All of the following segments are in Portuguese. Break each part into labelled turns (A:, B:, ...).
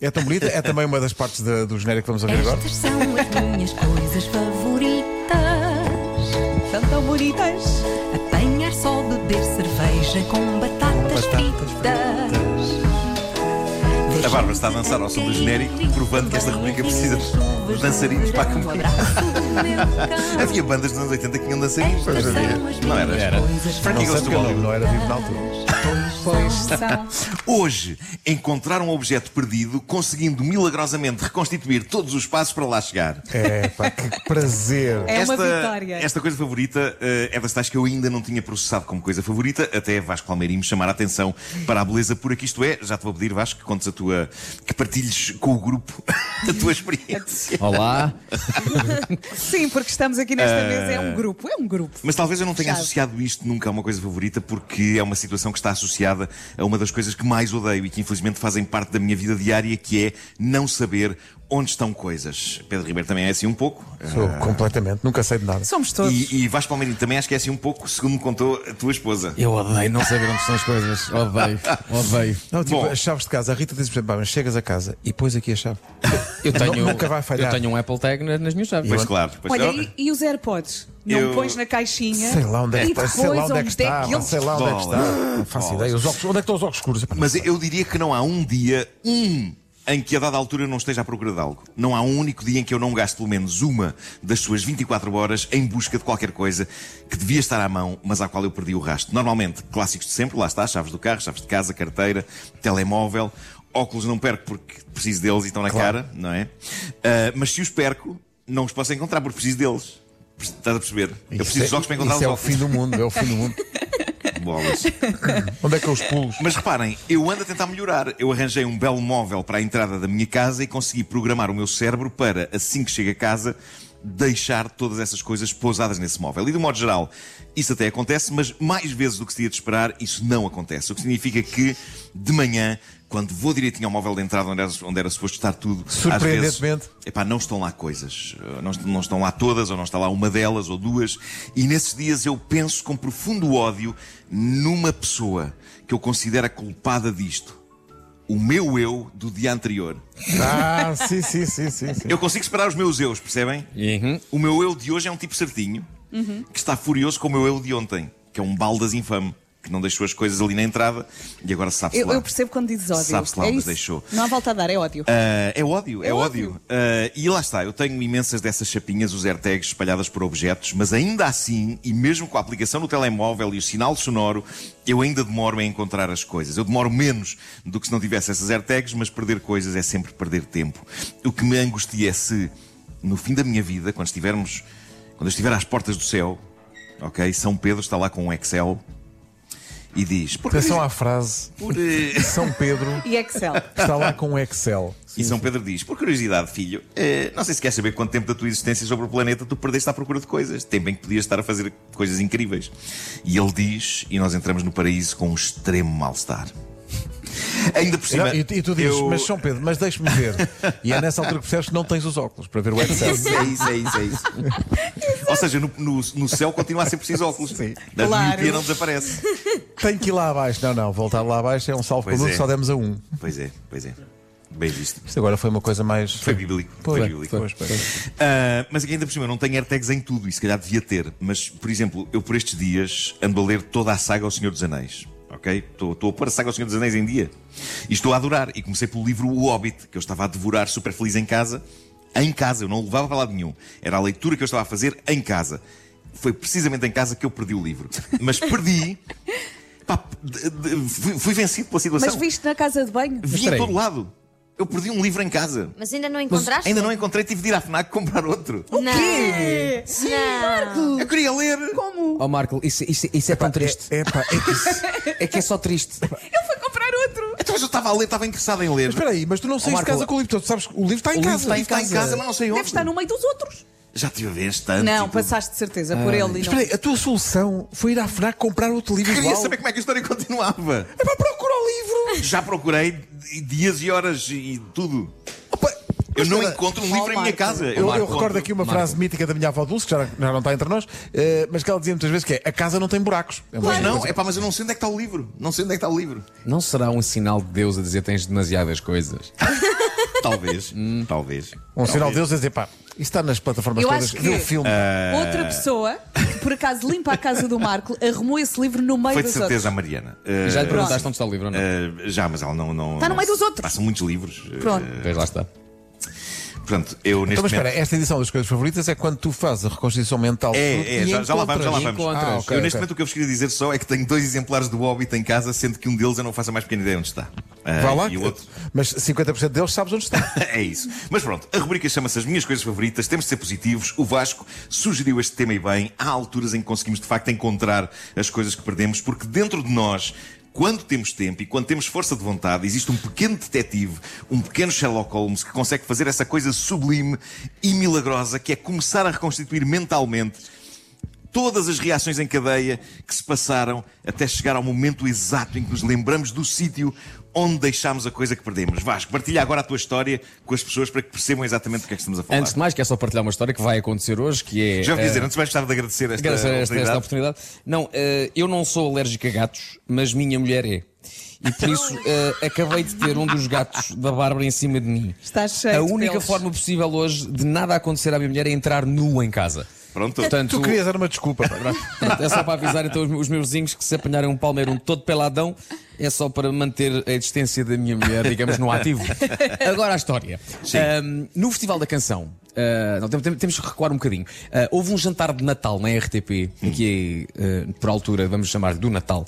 A: É tão bonita, é também uma das partes da- do genérico que vamos ouvir agora.
B: Estas são as minhas coisas favoritas.
C: São tão bonitas.
B: Apanhar só beber cerveja com
A: Batatas
B: batatas, fritas.
D: A Bárbara está a dançar ao som do genérico, provando que esta rubrica precisa de dançarinos para
B: Um
D: acompanhar. Havia bandas dos anos 80 que tinham dançarinos,
B: Estas
D: pois havia.
B: são as
D: Não
B: minhas
D: era? é
B: coisas
A: Não
D: Frankie Goes
A: sei
D: to
A: porque
D: Hollywood.
A: não, não era vivo na altura.
C: Pois são.
D: Hoje, encontraram um objeto perdido, conseguindo milagrosamente reconstituir todos os passos para lá chegar.
A: É, pá, que prazer.
C: É uma vitória.
D: Esta coisa favorita eh, é das tais que eu ainda não tinha processado como coisa favorita, até Vasco Almeirim me chamar a atenção para a beleza por aqui. Isto é, já te vou pedir, Vasco, que contes a tua. que partilhes com o grupo a tua experiência.
E: Olá,
C: Sim, porque estamos aqui nesta vez. É um grupo. É um grupo.
D: Mas talvez eu não tenha
C: Sabe.
D: associado isto nunca a uma coisa favorita, porque é uma situação que está associada a uma das coisas que mais odeio e que infelizmente fazem parte da minha vida diária, que é não saber onde estão coisas. Pedro Ribeiro também é assim um pouco.
A: Sou completamente, nunca sei de nada.
C: Somos todos.
D: E, e Vasco Palmeirinho também acho que é assim um pouco, segundo me contou a tua esposa.
E: eu odeio não saber onde são as coisas. Odeio, odeio.
A: Não, tipo,
D: Bom.
A: as chaves de casa. A Rita diz, por exemplo, "Pá, mas chegas a casa e pões aqui a chave.
E: Eu tenho,
A: nunca vai falhar.
E: Eu tenho um Apple Tag na- nas minhas chaves.
D: Pois claro, pois é.
C: Olha,
D: claro.
C: e, e os AirPods? Não
D: Eu-
C: pões na caixinha?
A: Sei lá onde é que
C: E
A: está,
C: depois
A: sei lá onde é que
C: eles-
A: está, pá, sei lá onde é que está.
D: Bolas.
A: Não Faço ideia. Os óculos, onde é que estão os óculos escuros? Epá, não
D: Mas
A: sei.
D: eu diria que não há um dia, um, em que a dada altura eu não esteja à procura de algo. Não há um único dia em que eu não gasto pelo menos uma das suas 24 horas em busca de qualquer coisa que devia estar à mão, mas à qual eu perdi o rastro. Normalmente, clássicos de sempre, lá está, chaves do carro, chaves de casa, carteira, telemóvel, óculos não perco porque preciso deles e estão na cara, não é? Ah, mas se os perco, não os posso encontrar porque preciso deles. Estás a perceber? eu
A: Isso
D: preciso
A: é-
D: de jogos para encontrar os
A: Isso é o
D: óculos.
A: fim do mundo, é o fim do mundo.
D: Bolas.
A: Onde é que eu os pulos?
D: Mas reparem, eu ando a tentar melhorar. Eu arranjei um belo móvel para a entrada da minha casa e consegui programar o meu cérebro para, assim que chego a casa, deixar todas essas coisas pousadas nesse móvel. E de um modo geral, isso até acontece, mas mais vezes do que se tinha de esperar, isso não acontece. O que significa que, de manhã, quando vou direitinho ao móvel de entrada onde era, onde era suposto estar tudo, às vezes-
A: Surpreendentemente.
D: Epá, não estão lá coisas. Uh, Não, est- não estão lá todas, ou não está lá uma delas, ou duas. E nesses dias eu penso com profundo ódio numa pessoa que eu considero a culpada disto. O meu eu do dia anterior.
A: Ah, sim, sim, sim, sim. sim.
D: Eu consigo separar os meus eus, percebem?
E: Uhum.
D: O meu eu de hoje é um tipo certinho que está furioso com o meu eu de ontem, que é um baldas infame, que não deixou as coisas ali na entrada e agora sabe-se
C: Eu,
D: lá.
C: eu percebo quando dizes ódio.
D: Sabe-se lá
C: é
D: onde
C: isso.
D: deixou.
C: Não há volta a dar, é ódio.
D: Ah, é ódio, é,
C: É
D: ódio.
C: ódio.
D: Ah, e lá está, eu tenho imensas dessas chapinhas, os AirTags espalhadas por objetos, mas ainda assim, e mesmo com a aplicação no telemóvel e o sinal sonoro, eu ainda demoro em encontrar as coisas. Eu demoro menos do que se não tivesse essas AirTags, mas perder coisas é sempre perder tempo. O que me angustia é se, no fim da minha vida, quando estivermos, quando eu estiver às portas do céu, ok, São Pedro está lá com um Excel e diz... Por,
A: Atenção à frase.
D: por, eh,
A: São Pedro
C: E é Excel.
A: está lá com um Excel.
D: E São Pedro diz: Por curiosidade, filho, eh, não sei se queres saber quanto tempo da tua existência sobre o planeta tu perdeste à procura de coisas. Tempo em que podias estar a fazer coisas incríveis. E ele diz: E nós entramos no paraíso com um extremo mal-estar. Ainda por cima.
A: Não, e, e tu dizes,
D: eu-
A: mas São Pedro, mas deixe-me ver. E é nessa altura que percebes que não tens os óculos para ver o
D: É
A: Excel.
D: isso, é isso, é isso. é isso. Ou seja, no, no- no céu continua a ser preciso óculos.
A: Sim.
D: A
C: Claro.
D: miopia não desaparece.
A: Tenho que ir lá abaixo. Não, não, voltar lá abaixo é um salvo
D: Pois
A: comum
D: é.
A: que só demos a um.
D: Pois é, pois é. Bem visto.
A: Isto agora foi uma coisa mais.
D: Foi bíblico.
A: Pois, é,
D: foi bíblico.
A: pois, pois.
D: Ah, mas aqui ainda por cima, eu não tenho AirTags em tudo e se calhar devia ter. Mas, por exemplo, eu por estes dias ando a ler toda a saga ao Senhor dos Anéis. Ok? Estou estou a pôr a saga ao Senhor dos Anéis em dia. E estou a adorar. E comecei pelo livro O Hobbit, que eu estava a devorar super feliz em casa. Em casa, eu não o levava para lado nenhum. Era a leitura que eu estava a fazer em casa. Foi precisamente em casa que eu perdi o livro. Mas perdi. Pá, de- de- fui, fui vencido pela situação.
C: Mas viste na casa de banho?
D: Vi
E: Espera
D: em
E: aí.
D: todo lado. Eu perdi um livro em casa.
F: Mas ainda não encontraste?
D: Ainda não encontrei, tive de ir à FNAC comprar outro.
F: não. Não.
D: Eu queria ler.
E: Ó Marco, isso, isso- isso é tão triste.
A: É, pá, é que isso-
E: É que é só triste.
C: Ele foi comprar outro.
D: Então, mas eu estava a ler, estava interessado em ler.
A: Espera aí, mas tu não saíste de
E: Marco,
A: casa com o livro todo. Tu sabes que o livro está em
E: o livro
A: casa.
E: está em
D: Está em
E: casa.
D: casa, mas não sei onde.
C: Deve estar no meio dos outros.
D: Já te vês tanto. tipo,
C: Não,
D: e tudo.
C: passaste de certeza por ele e não.
A: Espera aí, a tua solução foi ir à FNAC comprar outro livro
D: Queria
A: igual.
D: saber como é que a história continuava.
A: É para procurar o livro.
D: Já procurei di- dias e horas e tudo.
A: Opa,
D: Eu
A: mas
D: não
A: espera,
D: encontro um livro em minha
C: Marco.
D: casa.
A: Eu,
D: lá
A: eu
D: encontro.
A: recordo aqui uma
E: Marco.
A: frase mítica da minha avó Dulce, que já, já não está entre nós, eh, mas que ela dizia muitas vezes que é a casa não tem buracos. É uma
D: Mas
A: coisa-
D: não, é pá, mas eu não sei onde é que está o livro. Não sei onde é que está o livro.
E: Não será um sinal de Deus a dizer tens demasiadas coisas?
D: Talvez, talvez.
A: Um sinal
D: Talvez.
A: deles a dizer, pá, isto está nas plataformas
C: Eu
A: todas.
C: acho que-
A: Vê o filme.
C: Outra pessoa que por acaso limpa a casa do Marco arrumou esse livro no meio
D: Foi de
C: dos
D: certeza a
C: outros.
D: Mariana.
E: E
D: Eh,
E: Já lhe perguntaste onde está o livro ou não?
D: eh, já, mas ela não. não
C: Está no
D: não
C: meio
D: se-
C: dos outros.
D: Passam muitos livros. eh,
C: Pronto.
E: Pois lá está.
D: Portanto, eu neste
A: Então, mas espera,
D: momento.
A: esta edição das coisas favoritas é quando tu fazes a reconstituição mental. de
D: É, é,
A: tudo e
D: já, já lá vamos, já lá
A: encontras.
D: vamos.
E: encontras.
A: Ah, ok,
D: eu neste
A: ok.
D: momento o que eu vos queria dizer só é que tenho dois exemplares do Hobbit em casa, sendo que um deles eu não faço a mais pequena ideia onde está. Eh,
A: Vá lá,
D: e o outro.
A: mas 50% deles sabes onde está.
D: é isso. Mas pronto, a rubrica chama-se As Minhas Coisas Favoritas, temos de ser positivos. O Vasco sugeriu este tema e bem. Há alturas em que conseguimos de facto encontrar as coisas que perdemos, porque dentro de nós. Quando temos tempo e quando temos força de vontade, existe um pequeno detetive, um pequeno Sherlock Holmes que consegue fazer essa coisa sublime e milagrosa que é começar a reconstituir mentalmente todas as reações em cadeia que se passaram até chegar ao momento exato em que nos lembramos do sítio onde deixámos a coisa que perdemos. Vasco, partilha agora a tua história com as pessoas para que percebam exatamente do que é que estamos a falar.
E: Antes de mais, quero só partilhar uma história que vai acontecer hoje, que é.
D: Já vou
E: eh,
D: dizer, antes de mais gostava de agradecer esta,
E: Agradecer esta, esta
D: oportunidade.
E: oportunidade. Não, eh, eu não sou alérgico a gatos, mas minha mulher é. E por isso eh, acabei de ter um dos gatos da Bárbara em cima de mim.
C: Está cheio
E: A
C: de
E: única
C: pelos.
E: forma possível hoje de nada acontecer à minha mulher é entrar nu em casa.
D: Pronto.
E: Portanto,
A: Tu querias dar uma desculpa. pá.
E: é só para avisar então os meus- os meus vizinhos que se apanharem um palmeirão todo peladão é só para manter a distância da minha mulher, digamos, no ativo. Agora a história. Ahm, no Festival da Canção, ah, não, tem- tem- temos que recuar um bocadinho. Ah, houve um jantar de Natal na RTP,
D: Hum.
E: que é, ah, por altura, vamos chamar do Natal.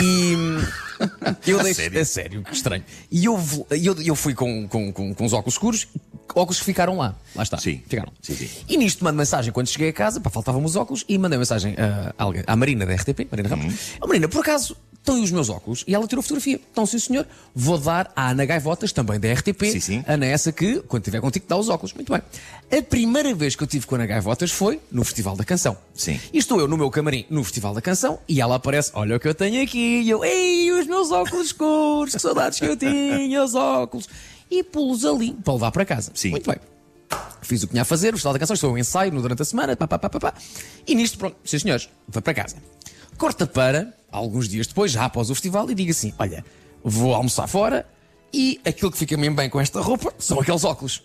E: E hum, eu deixo.
D: sério?
E: A sério, que estranho. E houve- eu, eu fui com, com, com, com os óculos escuros, óculos que ficaram lá. Lá está.
D: Sim.
E: Ficaram.
D: Sim, sim.
E: E nisto mando mensagem quando cheguei a casa, pá, faltavam os óculos, e mandei mensagem ah, a alguém, à Marina da RTP, Marina Ramos.
D: Uhum.
E: "Ó, Marina, por acaso estão aí os meus óculos? E ela tirou fotografia. Então, sim senhor, vou dar à Ana Gaivotas, também da RTP,
D: Sim, sim.
E: Ana é essa que, quando tiver contigo, dá os óculos. Muito bem. A primeira vez que eu tive com a Ana Gaivotas foi no Festival da Canção.
D: Sim.
E: E estou eu no meu camarim no Festival da Canção e ela aparece, olha o que eu tenho aqui, e eu, ei, os meus óculos escuros, que saudades que eu tinha, os óculos. E pô-los ali para levar para casa.
D: Sim.
E: Muito bem. Fiz o que tinha a fazer, o Festival da Canção, estou um ensaio no- durante a semana, pá, pá, pá, pá, pá. E nisto, pronto, seus senhores, vou para casa. Corta para, alguns dias depois, já após o festival, e digo assim: olha, vou almoçar fora e aquilo que fica mesmo bem com esta roupa são aqueles óculos.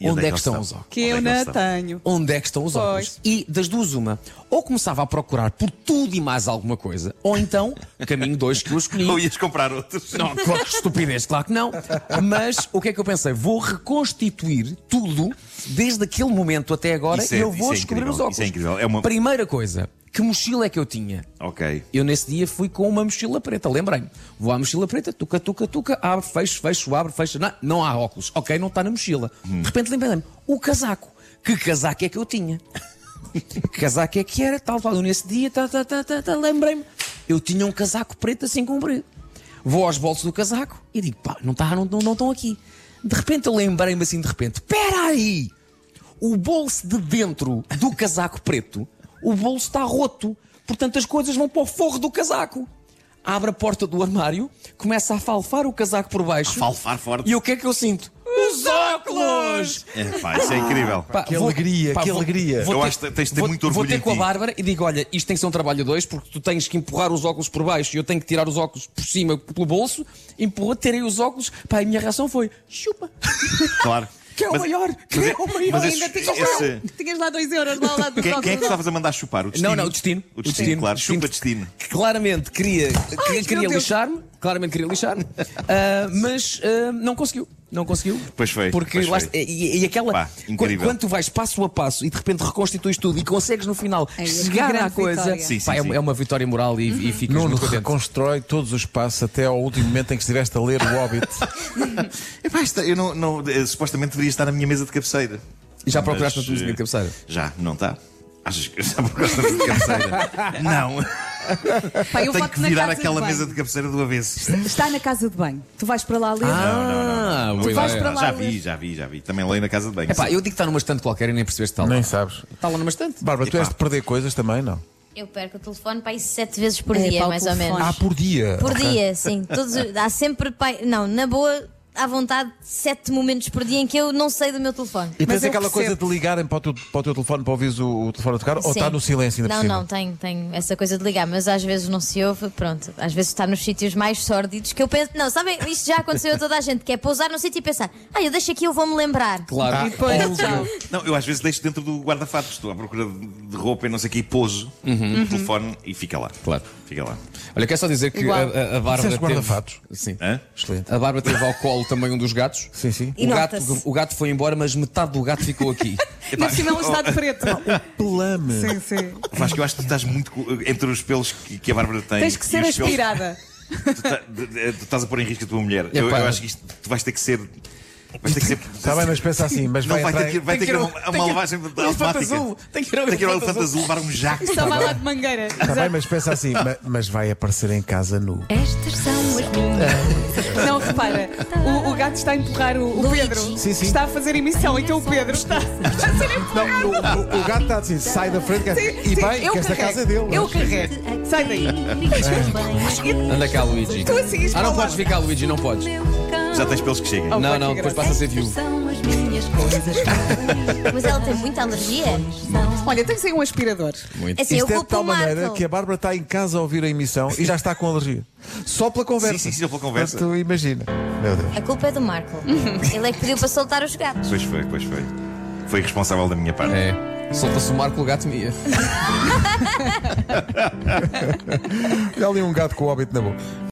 D: E
E: Onde é que
D: eles
E: estão
D: estão?
E: os óculos?
C: Que
D: Onde é
C: eu
D: que eles estão?
C: não tenho.
E: onde é que estão os
C: Pois.
E: óculos. E das duas, uma, ou começava a procurar por tudo e mais alguma coisa, ou então, caminho dois que eu escolhi.
D: Ou ias comprar outros.
E: Não, claro que estupidez, claro que não. Mas o que é que eu pensei? Vou reconstituir tudo desde aquele momento até agora
D: Isso
E: e
D: é-
E: eu
D: isso
E: vou
D: é
E: descobrir
D: incrível,
E: os óculos.
D: isso é incrível. É uma-
E: Primeira coisa, que mochila é que eu tinha?
D: Ok.
E: Eu nesse dia fui com uma mochila preta, lembrei-me. Vou à mochila preta, tuca, tuca, tuca, abre, fecho, fecho, abre, fecho. Não, não há óculos. Ok, não está na mochila. De repente lembrei-me, o casaco. Que casaco é que eu tinha? que casaco é que era? Tal, tal, eu nesse dia, tá, tal, tal, tal, tal, tal, lembrei-me. Eu tinha um casaco preto assim comprido. Vou aos bolsos do casaco e digo, pá, não, tá, não, não, não estão aqui. De repente eu lembrei-me assim, de repente, espera aí! O bolso de dentro do casaco preto, o bolso está roto. Portanto, as coisas vão para o forro do casaco. Abre a porta do armário, começa a falfar o casaco por baixo.
D: Falfar forte.
E: E o que é que eu sinto? Os óculos!
D: É, pá, isso é incrível.
E: Pá,
A: Que alegria, que alegria.
D: Eu acho que tens de ter
E: vou-
D: muito orgulho
E: Vou ter
D: em
E: com a
D: ti.
E: Bárbara e digo: olha, isto tem que ser um trabalho a dois, porque tu tens que empurrar os óculos por baixo e eu tenho que tirar os óculos por cima pelo bolso. Empurrou, tirei os óculos. Pá, e a minha reação foi: chupa!
D: Claro.
E: Que é o
D: Mas-
E: maior! Que
D: mas
E: é o maior!
D: mas
E: ainda
D: esses-
E: tens
D: esse-
C: Tinhas lá dois euros lá ao lado
D: Quem,
C: do
D: quem é que
C: óculos.
D: estavas a mandar chupar? O destino?
E: Não, não, o destino.
D: O destino, claro. Chupa destino.
E: que Claramente queria, queria,
C: meu
E: queria
C: Deus.
E: lixar-me, claramente queria lixar-me, ah, mas ah, não conseguiu. Não conseguiu.
D: Pois foi,
E: Porque
D: pois
E: lá
D: foi.
E: está- E, e aquela.
D: Pá,
E: quando,
D: incrível.
E: quando tu vais passo a passo e de repente reconstituis tudo e consegues no final
C: Ai, que
E: chegar
C: É, grande
E: à coisa,
C: vitória. Uhum.
D: Sim, sim,
E: pá, é,
D: sim.
E: é uma vitória moral e, e ficas
A: Nuno
E: muito contente.
A: reconstrói todos os passos até ao último momento em que estiveste a ler o Hobbit.
D: Epá, esta- eu não, não- eh, supostamente deveria estar na minha mesa de cabeceira.
E: Já procuraste
D: Mas,
E: na tua mesa de
D: eh,
E: cabeceira?
D: Já, não está. Achas que eu já procuraste na mesa de cabeceira? não.
C: Pá, eu
D: Tenho
C: voto
D: que
C: na
D: virar
C: casa de
D: aquela
C: banho.
D: mesa de cabeceira do avesso.
C: Está na casa de banho. Tu vais para lá ler.
E: Ah, boa
C: vais
E: ideia.
C: para lá
D: Já
C: ler.
D: vi, já vi, já vi. Também leio na casa de banho.
E: Epá, eu digo que está numa estante qualquer e nem percebeste tal.
A: Nem sabes.
E: Está lá numa estante.
A: Bárbara, tu
D: Epá.
A: és de perder coisas também, não?
F: Eu perco o telefone para aí sete vezes por
C: É,
F: dia,
C: pá, o
F: mais ou
C: telefone.
F: menos.
A: Ah, por dia.
F: Por
A: Ok.
F: dia, sim. Todos, os- há sempre. Pai... Não, na boa, à vontade sete momentos por dia em que eu não sei do meu telefone.
A: E
C: Mas
A: tens
C: eu
A: aquela coisa de ligarem para o teu, para o teu telefone para ouvires o, o telefone a tocar ou
F: Sim.
A: está no silêncio ainda
F: Não,
A: por cima?
F: não, tenho, tenho essa coisa de ligar, mas às vezes não se ouve, pronto. Às vezes está nos sítios mais sórdidos que eu penso. Não, sabem, isto já aconteceu a toda a gente, que é pousar num sítio e pensar, ah, eu deixo aqui, eu vou-me lembrar.
E: Claro. é um
C: E depois,
E: Óbvio.
C: Ah, então, tchau.
D: Não, eu às vezes deixo dentro do guarda-fatos, estou à procura de de roupa e não sei o que, e pouso o telefone e fica lá.
E: Uhum. Claro.
D: Fica lá.
E: Olha, quero só dizer que a,
C: Igual.
E: a, a Bárbara.
A: Disseste
E: Teve...
A: é guarda-fatos?
E: Sim.
D: Hã?
A: Excelente.
E: A Bárbara teve ao colo também um dos gatos.
A: Sim, sim.
C: E
E: O gato,
C: nota-se.
E: o gato foi embora, mas metade do gato ficou aqui.
C: Ainda por cima ela está de preto.
A: Pelame.
C: Sim, sim.
D: Vasco, eu acho que tu estás muito co- entre os pelos que, que a Bárbara tem.
C: Tens que
D: e
C: ser
D: os pelos-
C: aspirada.
D: Tu, tá- de- de- tu estás a pôr em risco a tua mulher. eu,
E: Epá.
D: eu acho que isto, tu vais ter que ser. Vais ter que ser.
A: Está bem, mas pensa assim, mas
D: não
A: vai
D: vai
A: entrar
D: ter que,
A: em-
D: vai ter que ir a
E: ao-
D: uma, a uma lavagem
E: ao elefante
D: automática.
E: azul. Tem que ir ao
D: Tem que ir ao
E: elefante
D: elefante azul, levar um jaco.
C: Estava a dar de mangueira.
A: Está bem, mas pensa assim, ma- mas vai aparecer em casa nu.
B: Estas são as minhas.
C: Não, repara, o, o gato está a empurrar o, o
F: Luigi.
C: Pedro.
A: Sim, sim.
C: Está a fazer emissão, então o Pedro está, está a ser empurrado.
A: Não, o, o- o gato está assim, sai da frente que-
C: Sim,
A: e
C: sim,
A: bem,
C: eu
A: que esta
C: carrego,
A: casa é dele.
C: Eu carrego. Sai daí.
E: Anda cá, Luigi.
C: Tu a seguires
E: Ah, não
C: para lá.
E: podes ficar, Luigi, não assim. podes.
D: Já tens pelos que chegam.
C: Oh, pá,
E: não,
C: que
E: não, depois
C: graça.
E: passa a ser
B: Estas
E: viúvo.
B: são as minhas coisas favoritas.
F: Mas ela tem muita alergia.
C: Olha, tens aí um aspirador.
F: É Assim, eu
A: Isto é
F: vou
A: de tal
F: para o
A: maneira
F: mato.
A: que a Bárbara está em casa a ouvir a emissão e já está com alergia. Só pela conversa.
D: Sim, sim, sim, só pela conversa.
A: Mas Tu imagina. Meu Deus.
F: A culpa é do Marco. Ele é que pediu para soltar os gatos.
D: Pois foi, pois foi. Foi responsável da minha parte.
E: É. Solta-se o Marco, o gato mia.
A: Olha ali um gato com o óbito na boca.